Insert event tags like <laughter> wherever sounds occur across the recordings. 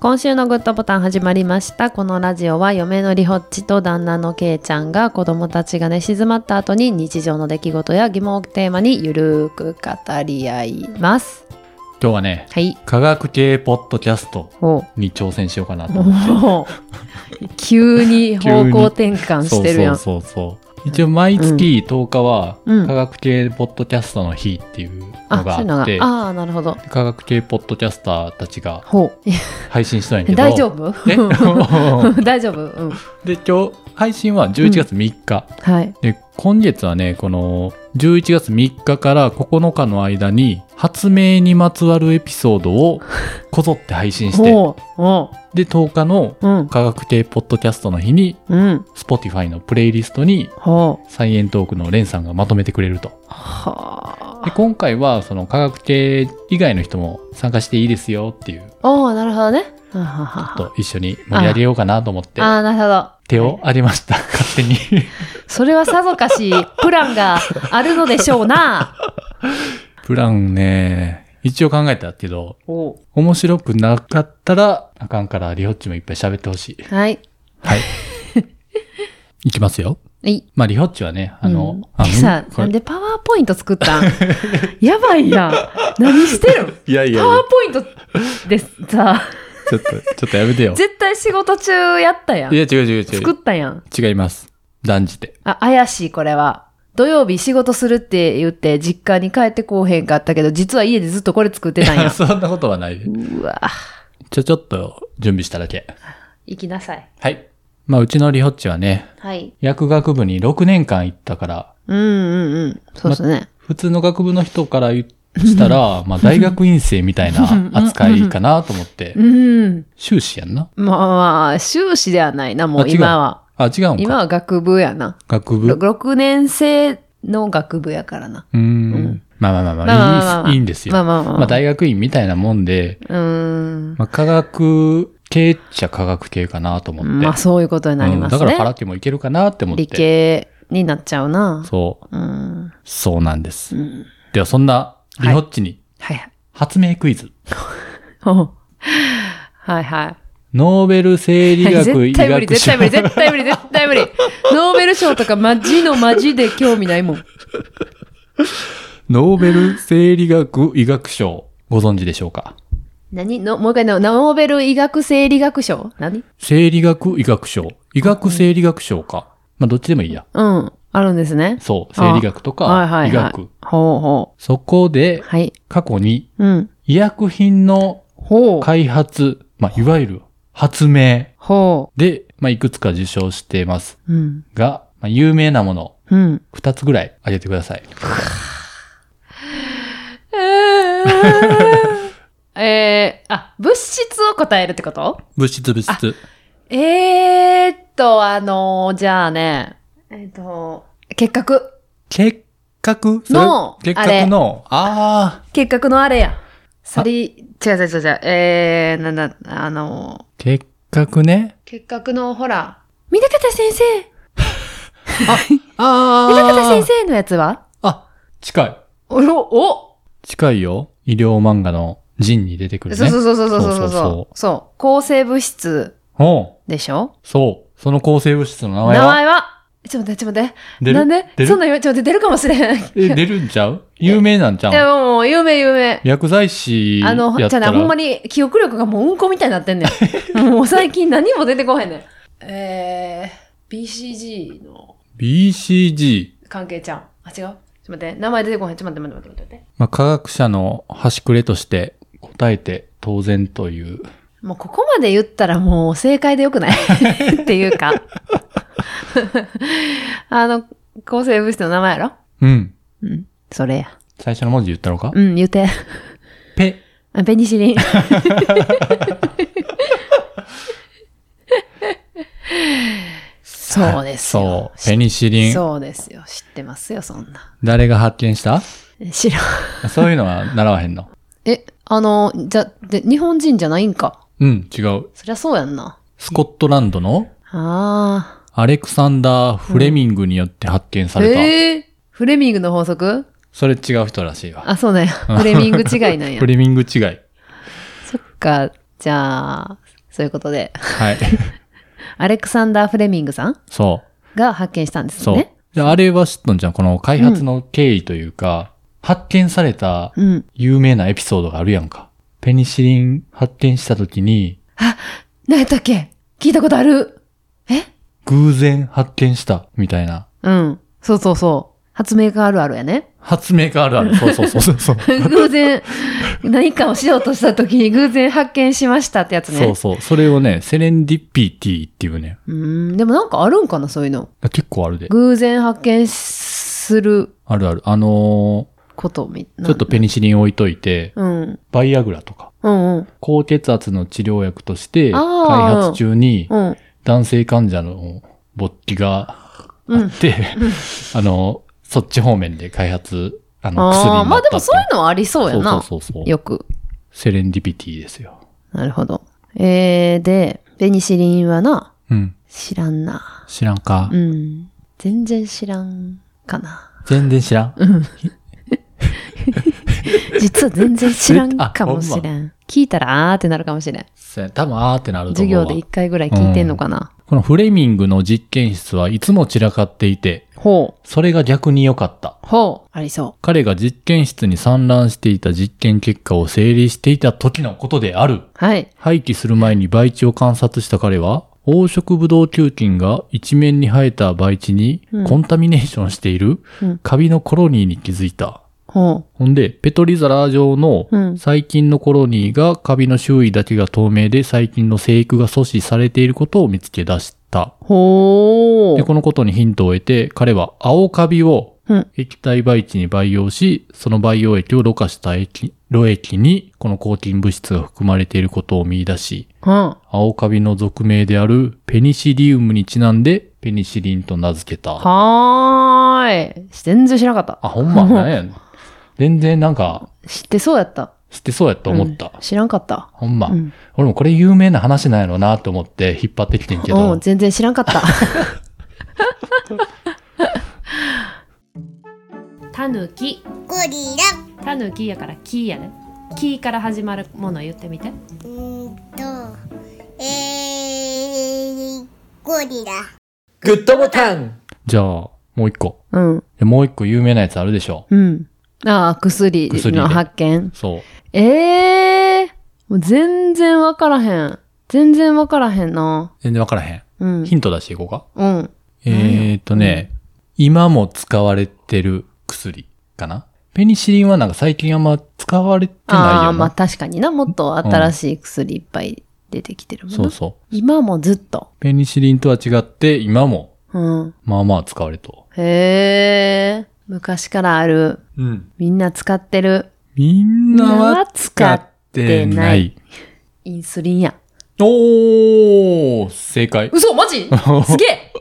今週のグッドボタン始まりました。このラジオは嫁のりほっちと旦那のけいちゃんが子供たちが寝静まった後に日常の出来事や疑問をテーマにゆるーく語り合います。今日はね、はい。科学系ポッドキャストおに挑戦しようかなと。もう、急に方向転換そしうてるやん。そうそうそう。一応毎月10日は、うん科学系ポッドキャストの日っていうのあ、そういうのがあがっ。て、ああ、なるほど。科学系ポッドキャスターたちがほう。配信したいんだえけど。大丈夫え <laughs> <laughs> 大丈夫うん。で、今日、配信は11月3日。はい。で、今月はね、この、11月3日から9日の間に、発明にまつわるエピソードをこぞって配信して、ほう。 <laughs> おで、10日のう。うん。科学系ポッドキャストの日に、うん。 Spotify のプレイリストに、ほう。サイエントークのレンさんがまとめてくれると。はで、あ。今回は、その科学系以外の人も参加していいですよっていう、おおなるほどね。ははははと一緒に盛り上げようかなと思って、ああ、なるほど。手を挙げました。勝手に。 <laughs> それはさぞかし、プランがあるのでしょうな。プランね、一応考えたけど、お面白くなかったら、あかんから、リホッチもいっぱい喋ってほしい。はい。はい。 <laughs> いきますよ。はい。まあ、リホッチはね、あうの、んあさうんあ、こなれんでパワーポイント作 <laughs> ったんやばいやん。何してるいやいやパいワーや、ポイントです。さあ、ちょっと、ちょっとやめ <laughs> てよ。絶対仕事中やったやいん。や、違う違う違作ったやん。う。違います。断じて。あ、怪しい、これは。土曜日仕事するって言って、実家に帰ってこうへんかったけど、実は家でずっとこれ作ってたんや。 <laughs> そんなことはない。うわちょ、ちょっと準備しただけ。行きなさい。はい。まあ、うちのリホッチはね、はい。薬学部に6年間行ったから、うんうんうん。そうですね。普通の学部の人から言した <laughs> ら、まあ、大学院生みたいな扱いかなと思って、うん。修士やんな。まあまあ、修士ではないな、もあう違う今は。あ、違うん今か。は学部やな。学部。う6年生の学部やからな。ーん。まあまあまあまあまあまあまあ、いいいいんですよ。まあまあまあまあ、大学院みたいなもんで、うーん。まあ、科学系っちゃ科学系かなと思って。まあそういうことになりうんますだね。から空手もいけるかなって思って。理系になっちゃうな。そう。うん。そうなんです。んでは、そんな、リホッチに、はいはい。 <laughs> 発明クイズ。おうはいはい。ノーベル生理学医絶対無理、学絶対賞無理、絶対無理、絶対無理。ノーベル賞とかマジのマジで興味ないもん。ノーベル生理学医学賞、ご存知でしょうか何のもう一回の、ノーベル医学生理学賞何生理学医学賞。医学生理学賞か。まあ、どっちでもいいや。うん。あるんですね。そう。生理学とはいはいか、はい。医学。ほうほそこう。で、はい。過去に、うん。医薬品のほう。開発、まあ、いわゆる発明ほで、まあ、いくつか受賞していますう。うん。が、まあ、有名なもの、うん。二つぐらい挙げてください。 <laughs> えー、あ、物質を答えるってこと物質物質。えーっと、あのーじゃあね、えーっと、結核。結核それの結あれ核の、ああ、結核のあれや。サリ、違う違う違う違う、えー、なんだ、あの結核ね。ー結核のほら、三方先生あ三方先生のやつはあ、近い。おろ、お近いよ。医療漫画のジンに出てくるね。そうそうそうそうそうそうそそううそそう。抗生物質おうでしょそう。その抗生物質の名名前前ははちょっと待って、ちょっと待って。出るなんで出そんるなん言わちょっと待って出るかもしれん。いえ、出るんちゃう有名なんちゃや、うもう、有名有名。薬剤師やあったの、ら。じゃあな、ほんまに記憶力がもううんこみたいになってんねん。 <laughs> もう最近何も出てこへんねん。えー、BCG の BCG。関係ちゃん。あ、違うちょっと待って、名前出てこへん。ちょっと待って待って待って待って。まあ、科学者の端くれとして答えて当然という。もうここまで言ったらもう正解でよ <laughs> くないっていうか。 <laughs> あの、抗生物質の名前やろうん。うん。それや。最初の文字言ったのか、うん、言うて。ペ。あペニシ <laughs> リン。そうですよ。そう。ペニシリン。そうですよ。知ってますよ、そんな。誰が発見した知らん。そういうのは習わへんの。え、あの、じゃ、で、日本人じゃないんか。うん、違う。そりゃそうやんな。スコットランドのあアレクサンダー・フレミングによって発見さあ。れた。えー、フレミングの法則それ違う人らしいわ。あ、 <laughs> そうだよ。フレミング違いなんやフ。レミング違い。そっか、じゃあ、ということで、 <laughs> はい。アレクサンダー・フレミングさんそう。が発見したんですそよう。ね。であれは知っとんじゃん。この開発の経緯というか、発見されたうん。有名なエピソードがあるやんか。ペニシリン発見した時に、何やったっけ聞いたことあるえ偶然発見した、みたいな。うん。そうそうそう。発明家あるあるやね。 <laughs> 発明家あるある。そうそうそうそうそう。偶然、何かをしようとした時に偶然発見しましたってやつね。そうそう。それをね、セレンディピティっていうね。うーん。でもなんかあるんかな、そういうの。結構あるで。偶然発見するあるある。あのことみたいな。ーちょっとペニシリン置いといて、うん。バイアグラとか、うんうん。高血圧の治療薬として、あ開ー発中に、うん。男性患者の勃起があって、 <laughs> あの、そっち方面で開発、あの、薬になあったあ、まあでもそういうののはありそうやな。そうそうそうそう。よく。セレンディピティですよ。なるほど。えー、で、ペニシリンはな、うん。知らんな。知らんか。うん。全然知らんかな。全然知らん。実は全然知らんかもしあれん。聞いたらあーってなるかもしれん。せ多分あーってなると授思う業わ。で一回ぐらい聞いてんのかな。このフレミングの実験室はいつも散らかっていて、ほそれが逆に良かった。う。ほう。ありそ彼が実験室に散乱していた実験結果を整理していた時のことである。う。はい。廃棄する前に培地を観察した彼は、黄色ブドウ球菌が一面に生えた培地にうんコンタミネーションしているうんカビのコロニーに気づいた。ほほんで、ペトリザラ状のうん細菌のコロニーがカビの周囲だけが透明で細菌の生育が阻止されていることを見つけ出した。う。ほで、う。このことにヒントを得て、彼は青カビをうん。液体培地に培養し、その培養液をろ過した液露液にこの抗菌物質が含まれていることを見出し、うん。青カビの俗名であるペニシリウムにちなんでペニシリンと名付けた。はーい。全然知らなかっあ、ほんま、な <laughs> んやねん。全然なんかた。知ってそうやった。知ってそうやと思った。うん知らんかった。ほんま、うん俺もこれ有名な話なんやろなと思って引っ張ってきてんけうどん、。全然知らんか <laughs> った。タヌキ。ゴリラ。タヌキやからキーやね。キーから始まるもの言ってみて。うーんと、えー、ゴリラ。グッドボタンじゃあ、もう一個。うん。でもう一個有名なやつあるでしょ。うん。ああ、薬薬での発見。そう。ええもう全然わからへん。全然わからへんな。全然わからへん。うん。ヒント出していこうか。うん。えーっとね、今も使われてる薬かな。ペニシリンはなんか最近あんま使われてないよな。ああ、まあ確かにな。もっと新しい薬いっぱい出てきてるもんな。そうそう。今もずっと。ペニシリンとは違って、今も、うん。まあまあ使われと。へえ。昔からある。うん。みんな使ってる。みんなは使使っっててなないい。インスリンや。おー正解。嘘マ <laughs> ジすげえ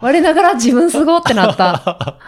我ながら自分すごってな <laughs> った。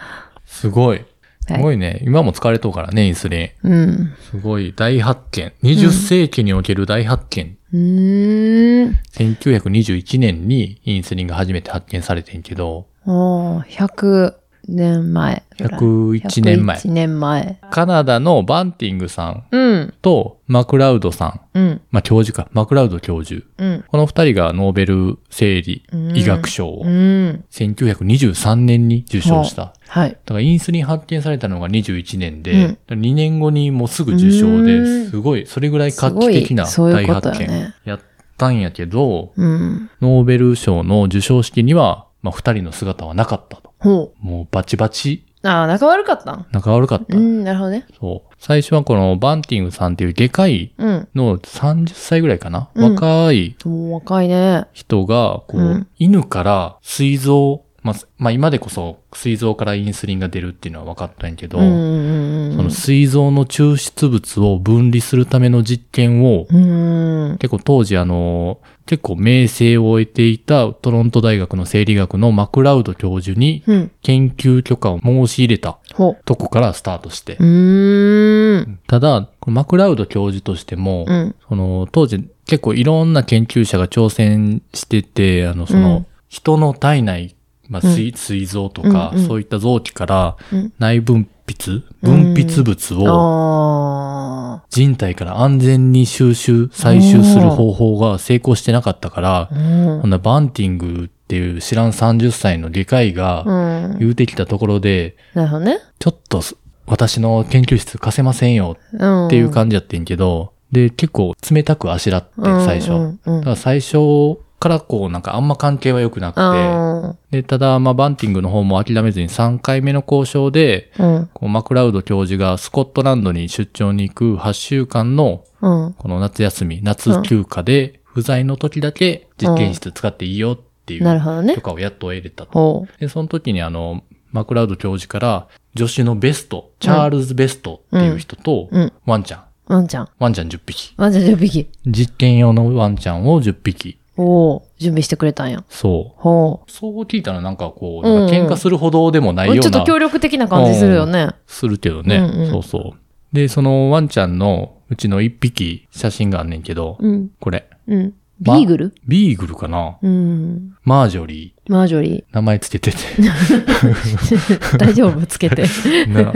すごい。すはいごいね。今も使われとうからね、インスリン。うん。すごい。大発見。20世紀における大発見。うーん。 1921年にインスリンが初めて発見されてんけど、おー、100年前ぐらい。 101年前。 1年前。カナダのバンティングさんうん。とマクラウドさん。うん。まあ、教授か。マクラウド教授。うん。この二人がノーベル生理うん医学賞をうん。 1923年に受賞した。はい。だからインスリン発見されたのが21年で、うんだから2年後にもうすぐ受賞うで、んすごい、それぐらい画期的なすごいそうい大うこと発だよ見ねやったんやけど、うん。ノーベル賞の受賞式には、まあ、二人の姿はなかったと。ほもうバチバチ、う。ああ、仲悪かったん仲悪かった。うん、なるほどね。そう。最初はこのバンティングさんっていう外科医うん。の30歳ぐらいかな、うん若いもう若いね。人が、こう、うん犬から膵臓、まあ、すまあ、今でこそ膵臓からインスリンが出るっていうのは分かったんやけど、うんうんその膵臓の抽出物を分離するための実験を、うんうん。うん。結構当時あの、結構名声を得ていたトロント大学の生理学のマクラウド教授にうん。研究許可を申し入れたほう。とこからスタートしてう。ーん。ただ、このマクラウド教授としても、うん。その当時結構いろんな研究者が挑戦してて、あのそうの、ん人の体内、まあ、うん膵膵臓とか、うんうんそういった臓器からうん内分泌、うん分泌物をあな。人体から安全に収集、採集する方法が成功してなかったからう、んほ。んならバンティングっていう知らん30歳の外科医うがん。言うてきたところで、なるほどね。ちょっとす私の研究室貸せませんようん。っていう感じやってんけど、で、結構冷たくあしらってうん最初。うんうんだから最初からこうなんかあんま関係は良くなくあて、で、ただまあバンティングの方も諦めずに3回目の交渉で、ーうん。こうマクラウド教授がスコットランドに出張に行く8週間のうん。この夏休み、夏休暇で不在の時だけ実験室使っていいよっていなるうほどね許。可をやっと得れたと。ほで、その時にあの、マクラウド教授から、助手のベスト、チャールズ・ベストっていう人と、う。うん。ワンちゃん、ワンちゃん。ワンちゃん10匹。ワンちゃん10匹。実験用のワンちゃんを10匹。おお準備してくれたんや。そう。ほそう聞いたらなんかこう、うん。なんか喧嘩するほどでもないうよちょうっとな、協力的な感じするよね。するけどね、うんうんそうそう。で、そのワンちゃんのうちの1匹写真があんねんけど、うん。これ、うん。ビまーグルビーグルかなうん。マージョリー。マージョリ名前つけてて。 <laughs> ー。大丈夫つけて。な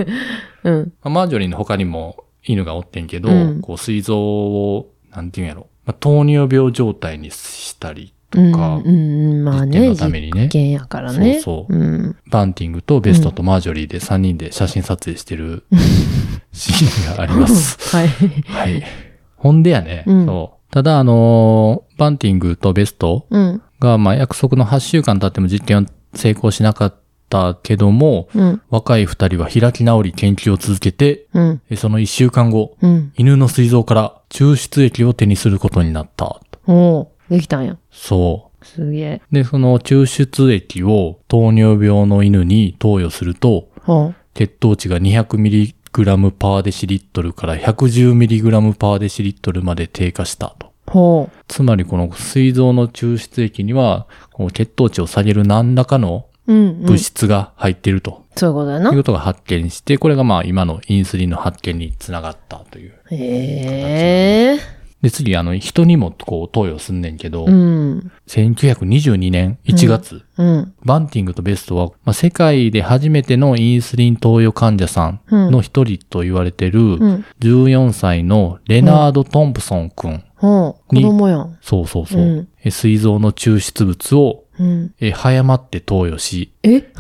うん。まあマージョリーの他にも犬がおってんけど、うんこう、膵臓を、なんていうんやろ、まあ、糖尿病状態にしたりとうん。か、うんうん。まあね、実験のためにね実験やからね。。そうそうん。バンティングとベストとマージョリーで3人で写真撮影してる、シーンがあり <laughs> ます。はい。はい。ほんでやね、うんそう。ただ、あのーバンティングとベストうん。が、まあ、約束の8週間経っても実験は成功しなかったけども、うん。若い2人は開き直り研究を続けて、うん。えその1週間後、うん。犬の膵臓から抽出液を手にすることになった。おおできたんや。そすげえ。う。で、その抽出液を糖尿病の犬に投与すると、ほ血糖値が 200mg パーデシリットルから 110mg パーデシリットルまで低下したと。う。ほつまりこの膵臓の抽出液には、この血糖値を下げる何らかのう。うん。う物ん。質が入っていると。そういうことやないう。ことが発見して、これがまあ今のインスリンの発見につながったという。へえ。で、次、あの、人にもこう投与すんねんけど、うん。 1922年1月、うん。バンティングとベストは、まあ、世界で初めてのインスリン投与患者さんの一人と言われてうる、ん。 14歳のレナード・トンプソン君。ほう。子に供やん。そうそうそううん。え膵臓の抽出物をうん。え早まって投与し、え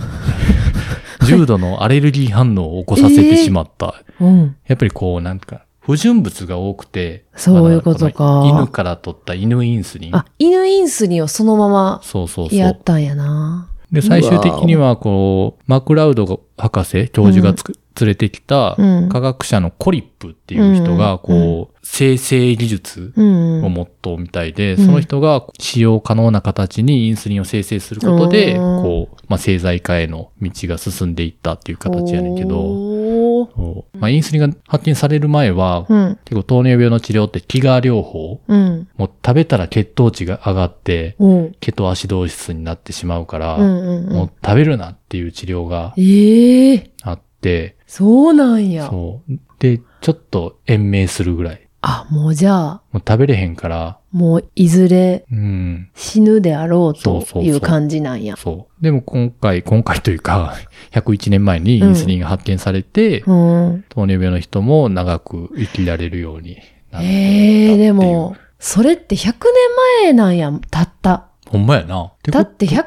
重度のアレルギー反応を起こさせてしまった。うん。やっぱりこう、なんか、不純物が多くて、そういうことかまだこの犬から取った犬インスリン。あ、犬インスリンをそのままそうそうそう。やったんやな。で、最終的には、こう、マクラウド博士、教授がつく、連れてきたうん、科学者のコリップっていう人うんが、こう、生成技術うん。をモットーみたいで、うんその人が使用可能な形にインスリンを生成することで、うんこう、まあ、製剤化への道が進んでいったっていう形やねんけど、おーそうまあ、インスリンが発見される前は、うん。結構糖尿病の治療って飢餓療法、うん。もう食べたら血糖値が上がって、おうケトアシドーシスになってしまうから、うんうんうもんう。食べるなっていう治療がええあって、そうなんや。そう。で、ちょっと延命するぐらい。あ、もうじゃあ、もう食べれへんから、もういずれうん、死ぬであろうそうとそうそういう感じなんや。そう。でも今回、今回というか、101年 <laughs> 前にインスリンが発見されて、うん。糖尿病の人も長く生きられるようになる。ええだっていうでも、それって100年前なんや、たった。ほんまやな。てこだって100年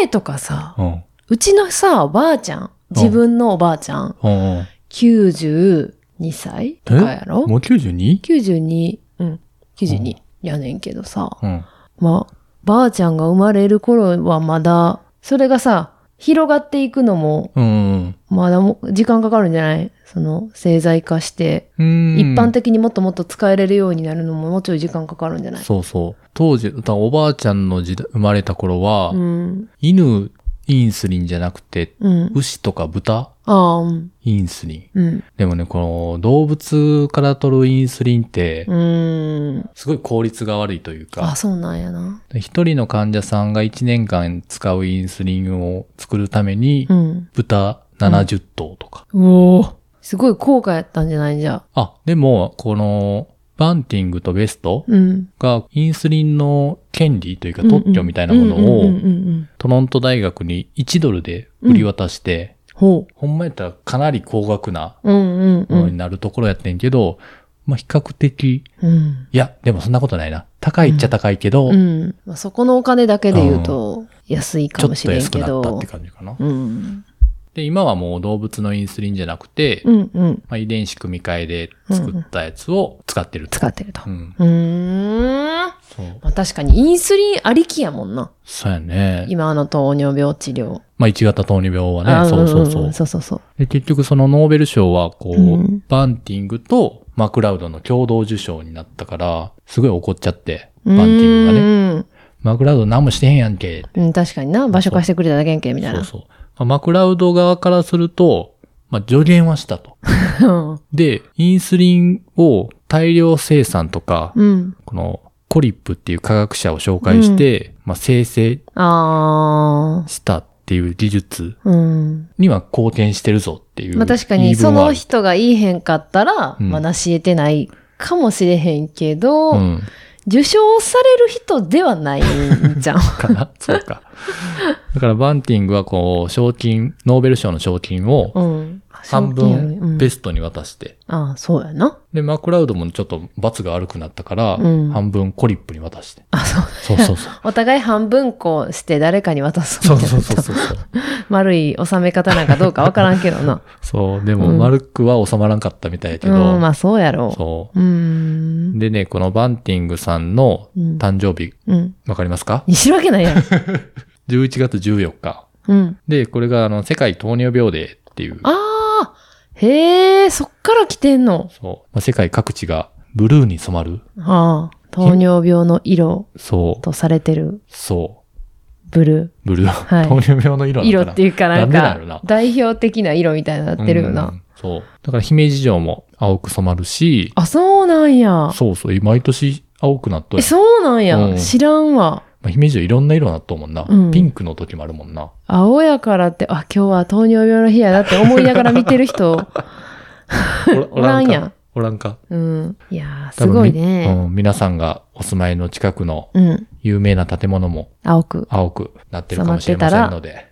前とかさ、うん。うちのさ、おばあちゃん、自分のおばあちゃん、うんうん。 92歳とかやろもう 92? ?92、うん、92うやねんけどさ、うん。まあ、ばあちゃんが生まれる頃はまだ、それがさ、広がっていくのも、うんまだも時間かかるんじゃないその、製剤化して、うん。一般的的にもっともっと使えれるようになるのももうちょい時間かかるんじゃないそうそう。当時、だからおばあちゃんの時代、生まれた頃は、うん。犬インスリンじゃなくて、うん。牛とか豚ああ、うん。インスリン。うん。でもね、この動物から取るインスリンって、うん。すごい効率が悪いというか。あ、そうなんやな。で一人の患者さんが1年間使うインスリンを作るためにう、ん。豚70頭とか。うおーすごい高価やったんじゃないんじゃ。あ、でも、この、バンティングとベストうん。が、インスリンの権利というかうんうん特許みたいなもうんのうんを、うんうんうんトロント大学に1ドルで売り渡して、ほほんまやったらかなり高額なう。うんうんうものん。になるところやってんけど、まあ、比較的、うん。いや、でもそんなことないな。高いっちゃ高いけど、うん。まあ、そこのお金だけで言うと、安いちかょもっしとれん安くけなったっどて。感じかな。うん。で、今はもう動物のインスリンじゃなくて、うんうん。まあ、遺伝子組み換えで作ったやつを使ってると。使ってると。う。うんーん。まそう。あ、確かにインスリンありきやもんな。そうやね。今の糖尿病治療。まあ、1型糖尿病はあね、そうそうんんそんう。そうそうそう。で、結局そのノーベル賞は、こう、うんバンティングとマクラウドの共同受賞になったから、すごい怒っちゃって、バンティングがね。ね。マクラウド何もしてへんやんけ。うん、確かにな。場所貸してくれただけやんけ、みたいそうな。そう。まあマクラウド側からすると、まあ、助言はしたと。で、インスリンを大量生産とか、 <laughs> うん。この、コリップっていう科学者を紹介して、まあ、生成あしたっていう技術ー。うん。には貢献してるぞっていう。まあ確かに、言いそ分はあのる人が言いへんかったら、うんまあ成し得てないかもしれへんけど、うん。受賞される人ではないんじゃん。かな <laughs> そうか。だからバンティングはこう、賞金、ノーベル賞の賞金を <laughs> うん。半分ベ別、ストに渡して、ああ、そうやな。で、マクラウドもちょっと罰が悪くなったから、うん半分コリップに渡して。あ、そう。そうそうそう。お互い半分こうして誰かに渡すみた <laughs> そいうな。そうそうそうそう。 <laughs> 丸い収め方なんかどうかわからんけどな。そう、でもうん丸くは収まらんかったみた <laughs> いやけうど、ん、まあそうやろ。そううーんう。。でね、このバンティングさんのうん誕生日、うん。わかりますかに知るわけないや <laughs> ん。 ?11 月14日。うん。で、これがあの、世界糖尿病デーっていう、ああへえ、そっから来てんの。そう、まあ、世界各地がブルーに染まる。ああ、糖尿病の色そう、とされてるそう。ブルブルー。はい糖尿病のー。色なの色かなっていうかなんなんでなんやろなか、代表的な色みたいになってるよな。うんそう。だから姫路城も青く染まるし、あ、そうなんや。そうそう、毎年青くなっとえ、る。そうなんや。うん知らんわ。まあ、姫路城いろんな色なっとうもんな、うんピンクの時もあるもんな。青やからって、あ、今日は糖尿病の日やなって思いながら見てる <laughs> 人、 <laughs> おらんやん。おらんか。うん。いやー、多す分ごいみね。うん。皆さんがお住まいの近くのうん。有名な建物も青く、青くなってるかもしれませんので。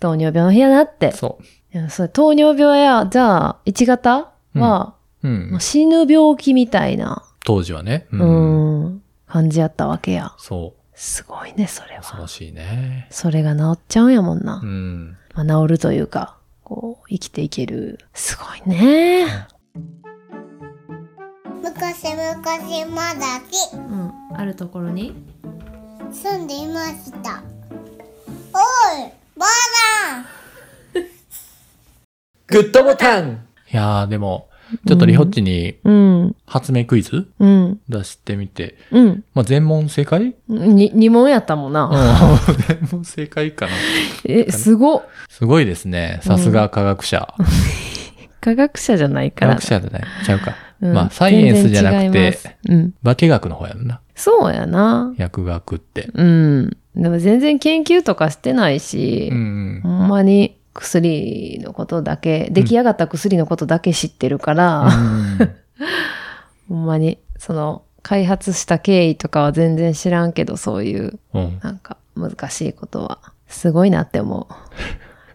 糖尿病の日やなって。そいやそれ糖尿病や、じゃあ、1型は、う。うもんう。死ぬ病気みたいな、当時はね。ううん。ん、感じやったわけや。そう。すごいね、それ恐は。ろしいね。それが治っちゃうんやもんなう。ん。まあ、治るというか、こう、生きていける。すごいね。昔昔まだうけん。あるところに住んでいましたおいばあさんグッドボタンいやー、でも、ちょっとリホッチにうん。発明クイズうん。出してみて、うん。まあ、全問正解に、二問やったもんな。 <laughs> 全問正解かな。え、すごっ。すごいですね。さすが科学者。科学者じゃないか科ら。学者じゃない。ちゃうか。うんまあ、サイエンスじゃなく。全然違いまて、すうん。化学の方やんな。そうやな。薬学って。うん。でも全然研究とかしてないし、うん。ほんまに薬のことだけ、出来上がった薬のことだけ知ってるから、ほんまに、その、開発した経緯とかは全然知らんけど、そういう、うん。なんか、難しいことは、すごいなって思 <laughs>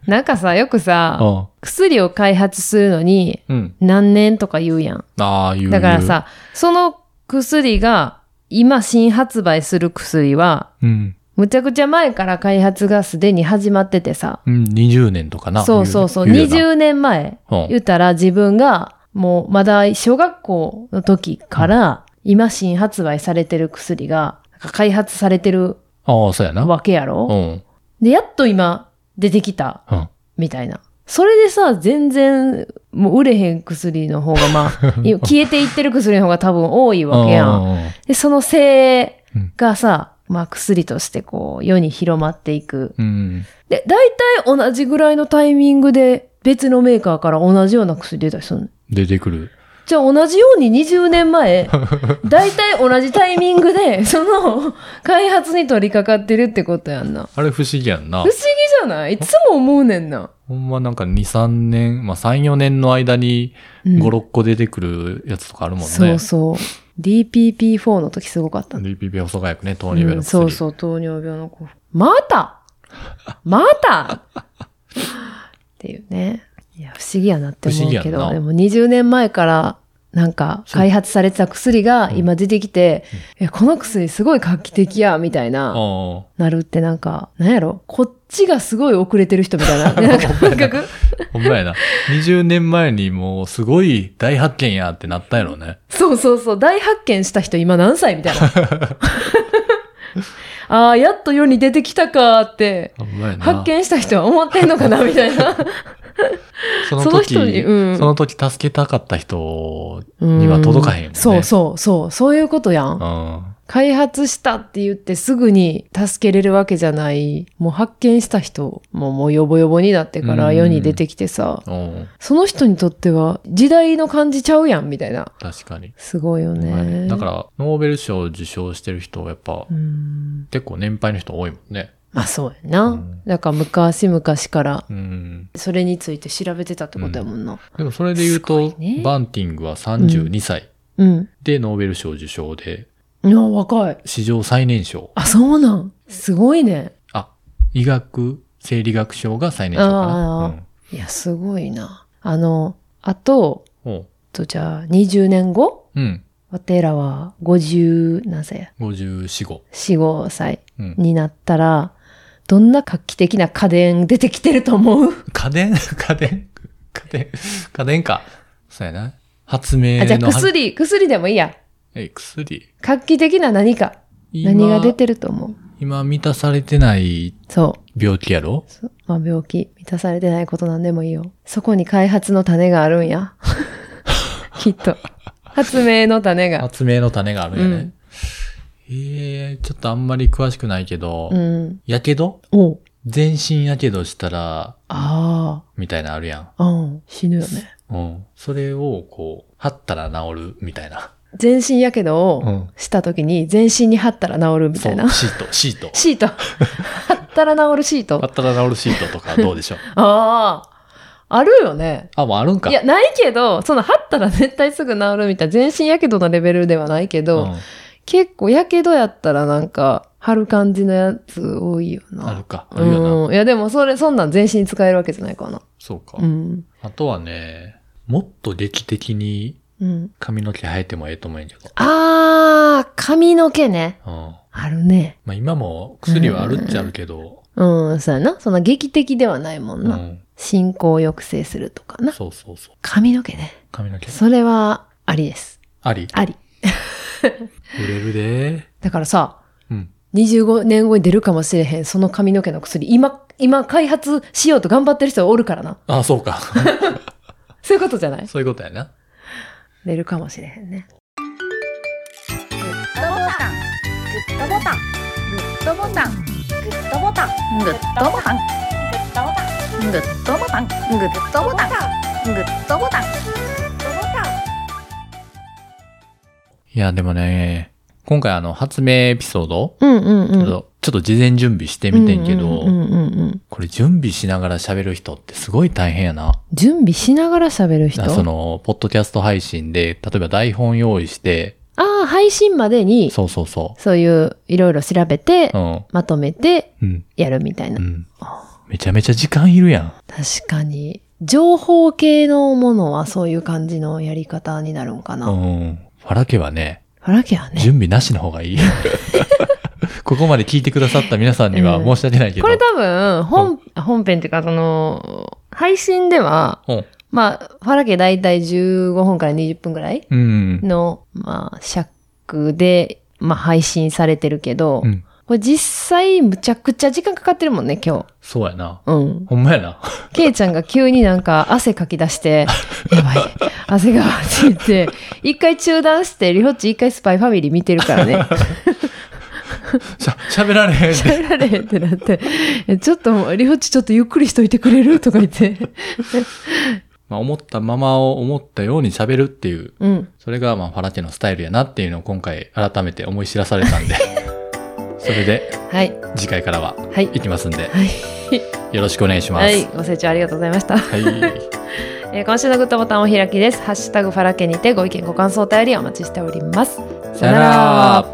う。なんかさ、よくさ、あ薬を開発するのに、うん。何年とか言うやん。ああ、いう。だから。さ、その薬が、今新発売する薬は、うん。むちゃくちゃ前から開発がすでに始まっててさ。うん、20年とかな。そうそうそう。言20よな。年前。うん言ったら自分が、もうまだ小学校の時から、今新発売されてる薬が、なんか開発されてるああ、そうやな。わけやうろ、ん。で、やっと今出てきた、うん。みたいな。それでさ、全然、もう売れへん薬の方が、まあ、い消えていってる薬の方が多分多いわけやん。うんで、その性がさ、まあ薬としてこう世に広まっていく。うん。で、大体同じぐらいのタイミングで別のメーカーから同じような薬出たりするの。出てくる。じゃあ同じように20年前、大体同じタイミングで、その開発に取り掛かってるってことやんな。あれ不思議やんな不思議。じゃないいつも思うねんな。ほんまなんか2、3年、まあ3、4年の間にうん5、6個出てくるやつとかあるもんね。そうそう。DPP4 の時すごかったな DPP 細川薬ね、糖尿病うのん薬。そうそう、糖尿病の子。またまたっていうね。いや、不思議やなって思う不け思議やど、んなでも20年前からなんかそう開発されてた薬がうん今出てきて、え、この薬すごい画期的や、みたいな、あなるってなんか、なんやろこっちがすごい遅れてる人みたいな。 <laughs> なんか感覚あ、ほんまやな。20年前にもうすごい大発見やってなったやろね。そうそうそう。大発見した人今何歳みた <laughs> いな。ああ、やっと世に出てきたかって。ほんまやな。発見した人は思ってんのかなみたい <laughs> な。そのその時、人そのにうん時助けたかった人には届かへんもんね。そうそうそう。そういうことやん。うん。開発したって言ってすぐに助けれるわけじゃない。もう発見した人ももうヨボヨボになってからうん世に出てきてさ、うん。その人にとっては時代の感じちゃうやんみたいな。確かに。すごいよね。だから、ノーベル賞を受賞してる人はやっぱ、うん。結構年配の人多いもんね。まあそうやな。うんだから昔々からうん。それについて調べてたってことやもんな。でもそれで言うすと、ごいねバンティングは32歳うん。でノーベル賞受賞で、いや、若い。史上最年少。あ、そうなん。すごいね。あ、医学、生理学賞が最年少かあな。いや、すごいな。あの、あと、うん。おうとじゃあ20年後うん。わてらは50何歳や54、5。 4、5歳うん。になったら、どんな画期的な家電出てきてると思う、家電 <laughs> 家電家電家電か。そうやな。発明のあ、じゃあは薬、薬でもいいや。え、薬。画期的な何か。今何が出てると思う今満たされてないそう病気やろそう。まあ病気、満たされてないことなんでもいいよ。そこに開発の種があるんや。 <laughs> きっと。発明の種が。発明の種があるんやね。ええちょっとあんまり詳しくないけどう、ん。やけどおう全身やけどしたら、あみたいなのあるやあ、うん。死ぬよね。ん。うん。それを、こう、貼ったら治る、みたいな。全身やけどうをん。した時に全身に貼ったら治るみそたういな。シート、シート。シート。貼ったら治るシート。貼ったら治るシートとかどうでしょうああ。あるよね。あ、もうあるんか。いや、ないけど、その貼ったら絶対すぐ治るみたいな、全身やけどのレベルではないけうど、ん。結構やけどやったらなんか、貼る感じのやつ多いよな。あるか。あるよな。うん。いや、でもそれ、そんなん全身に使えるわけじゃないかな。そうかう。ん。あとはね、もっと劇的にうん。髪の毛生えてもええと思うんやけど。あー、髪の毛ね。うん。あるね。まあ今も薬はあるっちゃあるけど、うん、そうやな。そんな劇的ではないもんうな。ん。進行を抑制するとかな。そうそうそう。髪の毛ね。髪の毛。それは、ありです。あり。あり。売れるで。だからさ、うん。 25年後に出るかもしれへん、その髪の毛の薬。今、今開発しようと頑張ってる人がおるからな。あ、そうか。そういうことじゃない <laughs> そういうことやな。出るかもしれへんね。グッドボタングッドボタングッドボタングッドボタングッドボタングッドボタングッドボタングッドボタングッドボタンいや、でもね、今回あの、発明エピソード、うんうんちうょん。っとちょっと事前準備してみてんけど、うんうんうんうん。これ準備しながら喋る人ってすごい大変やな。準備しながら喋る人なその、ポッドキャスト配信で、例えば台本用意して、ああ、配信までに、そうそうそそういう、いろいろ調べて、う。うん。まとめて、うん。やるみたいなう。ん。めちゃめちゃ時間いるやん。確かに。情報系のものはそういう感じのやり方になるんかうな。ん。ファラケはね、あらけやね。準備なしの方が <laughs> いい。ここまで聞いてくださった皆さんには申し訳ないけど。これ多分、本、本編っていうか、その、配信では、うん。まあ、ファラケ大体15分から20分ぐらいうん。の、まあ、尺で、まあ、配信されてるけど、うん。これ実際、むちゃくちゃ時間かかってるもんね、今そうやな。日。うん。ほんまやな。 <laughs> ケイちゃんが急になんか汗かき出して、やばい、汗がって言って、一回中断して、リホッチ一回スパイファミリー見てるから <laughs> ね、しゃ、喋られへんで。喋られへんってなって、えちょっともう、リホッチちょっとゆっくりしといてくれるとか言って、 <laughs> まあ、思ったままを思ったように喋るっていう、うん。それがまあ、ファラケのスタイルやなっていうのを今回改めて思い知らされた <laughs> んで。それで、はい。次回からは、はい。いきますんで、はよろしくお願いします。い。ご清聴ありがとうございました。はいえー今週のグッドボタンお開きです。ハッシュタグファラケにてご意見ご感想お便りお待ちしております。さよなら。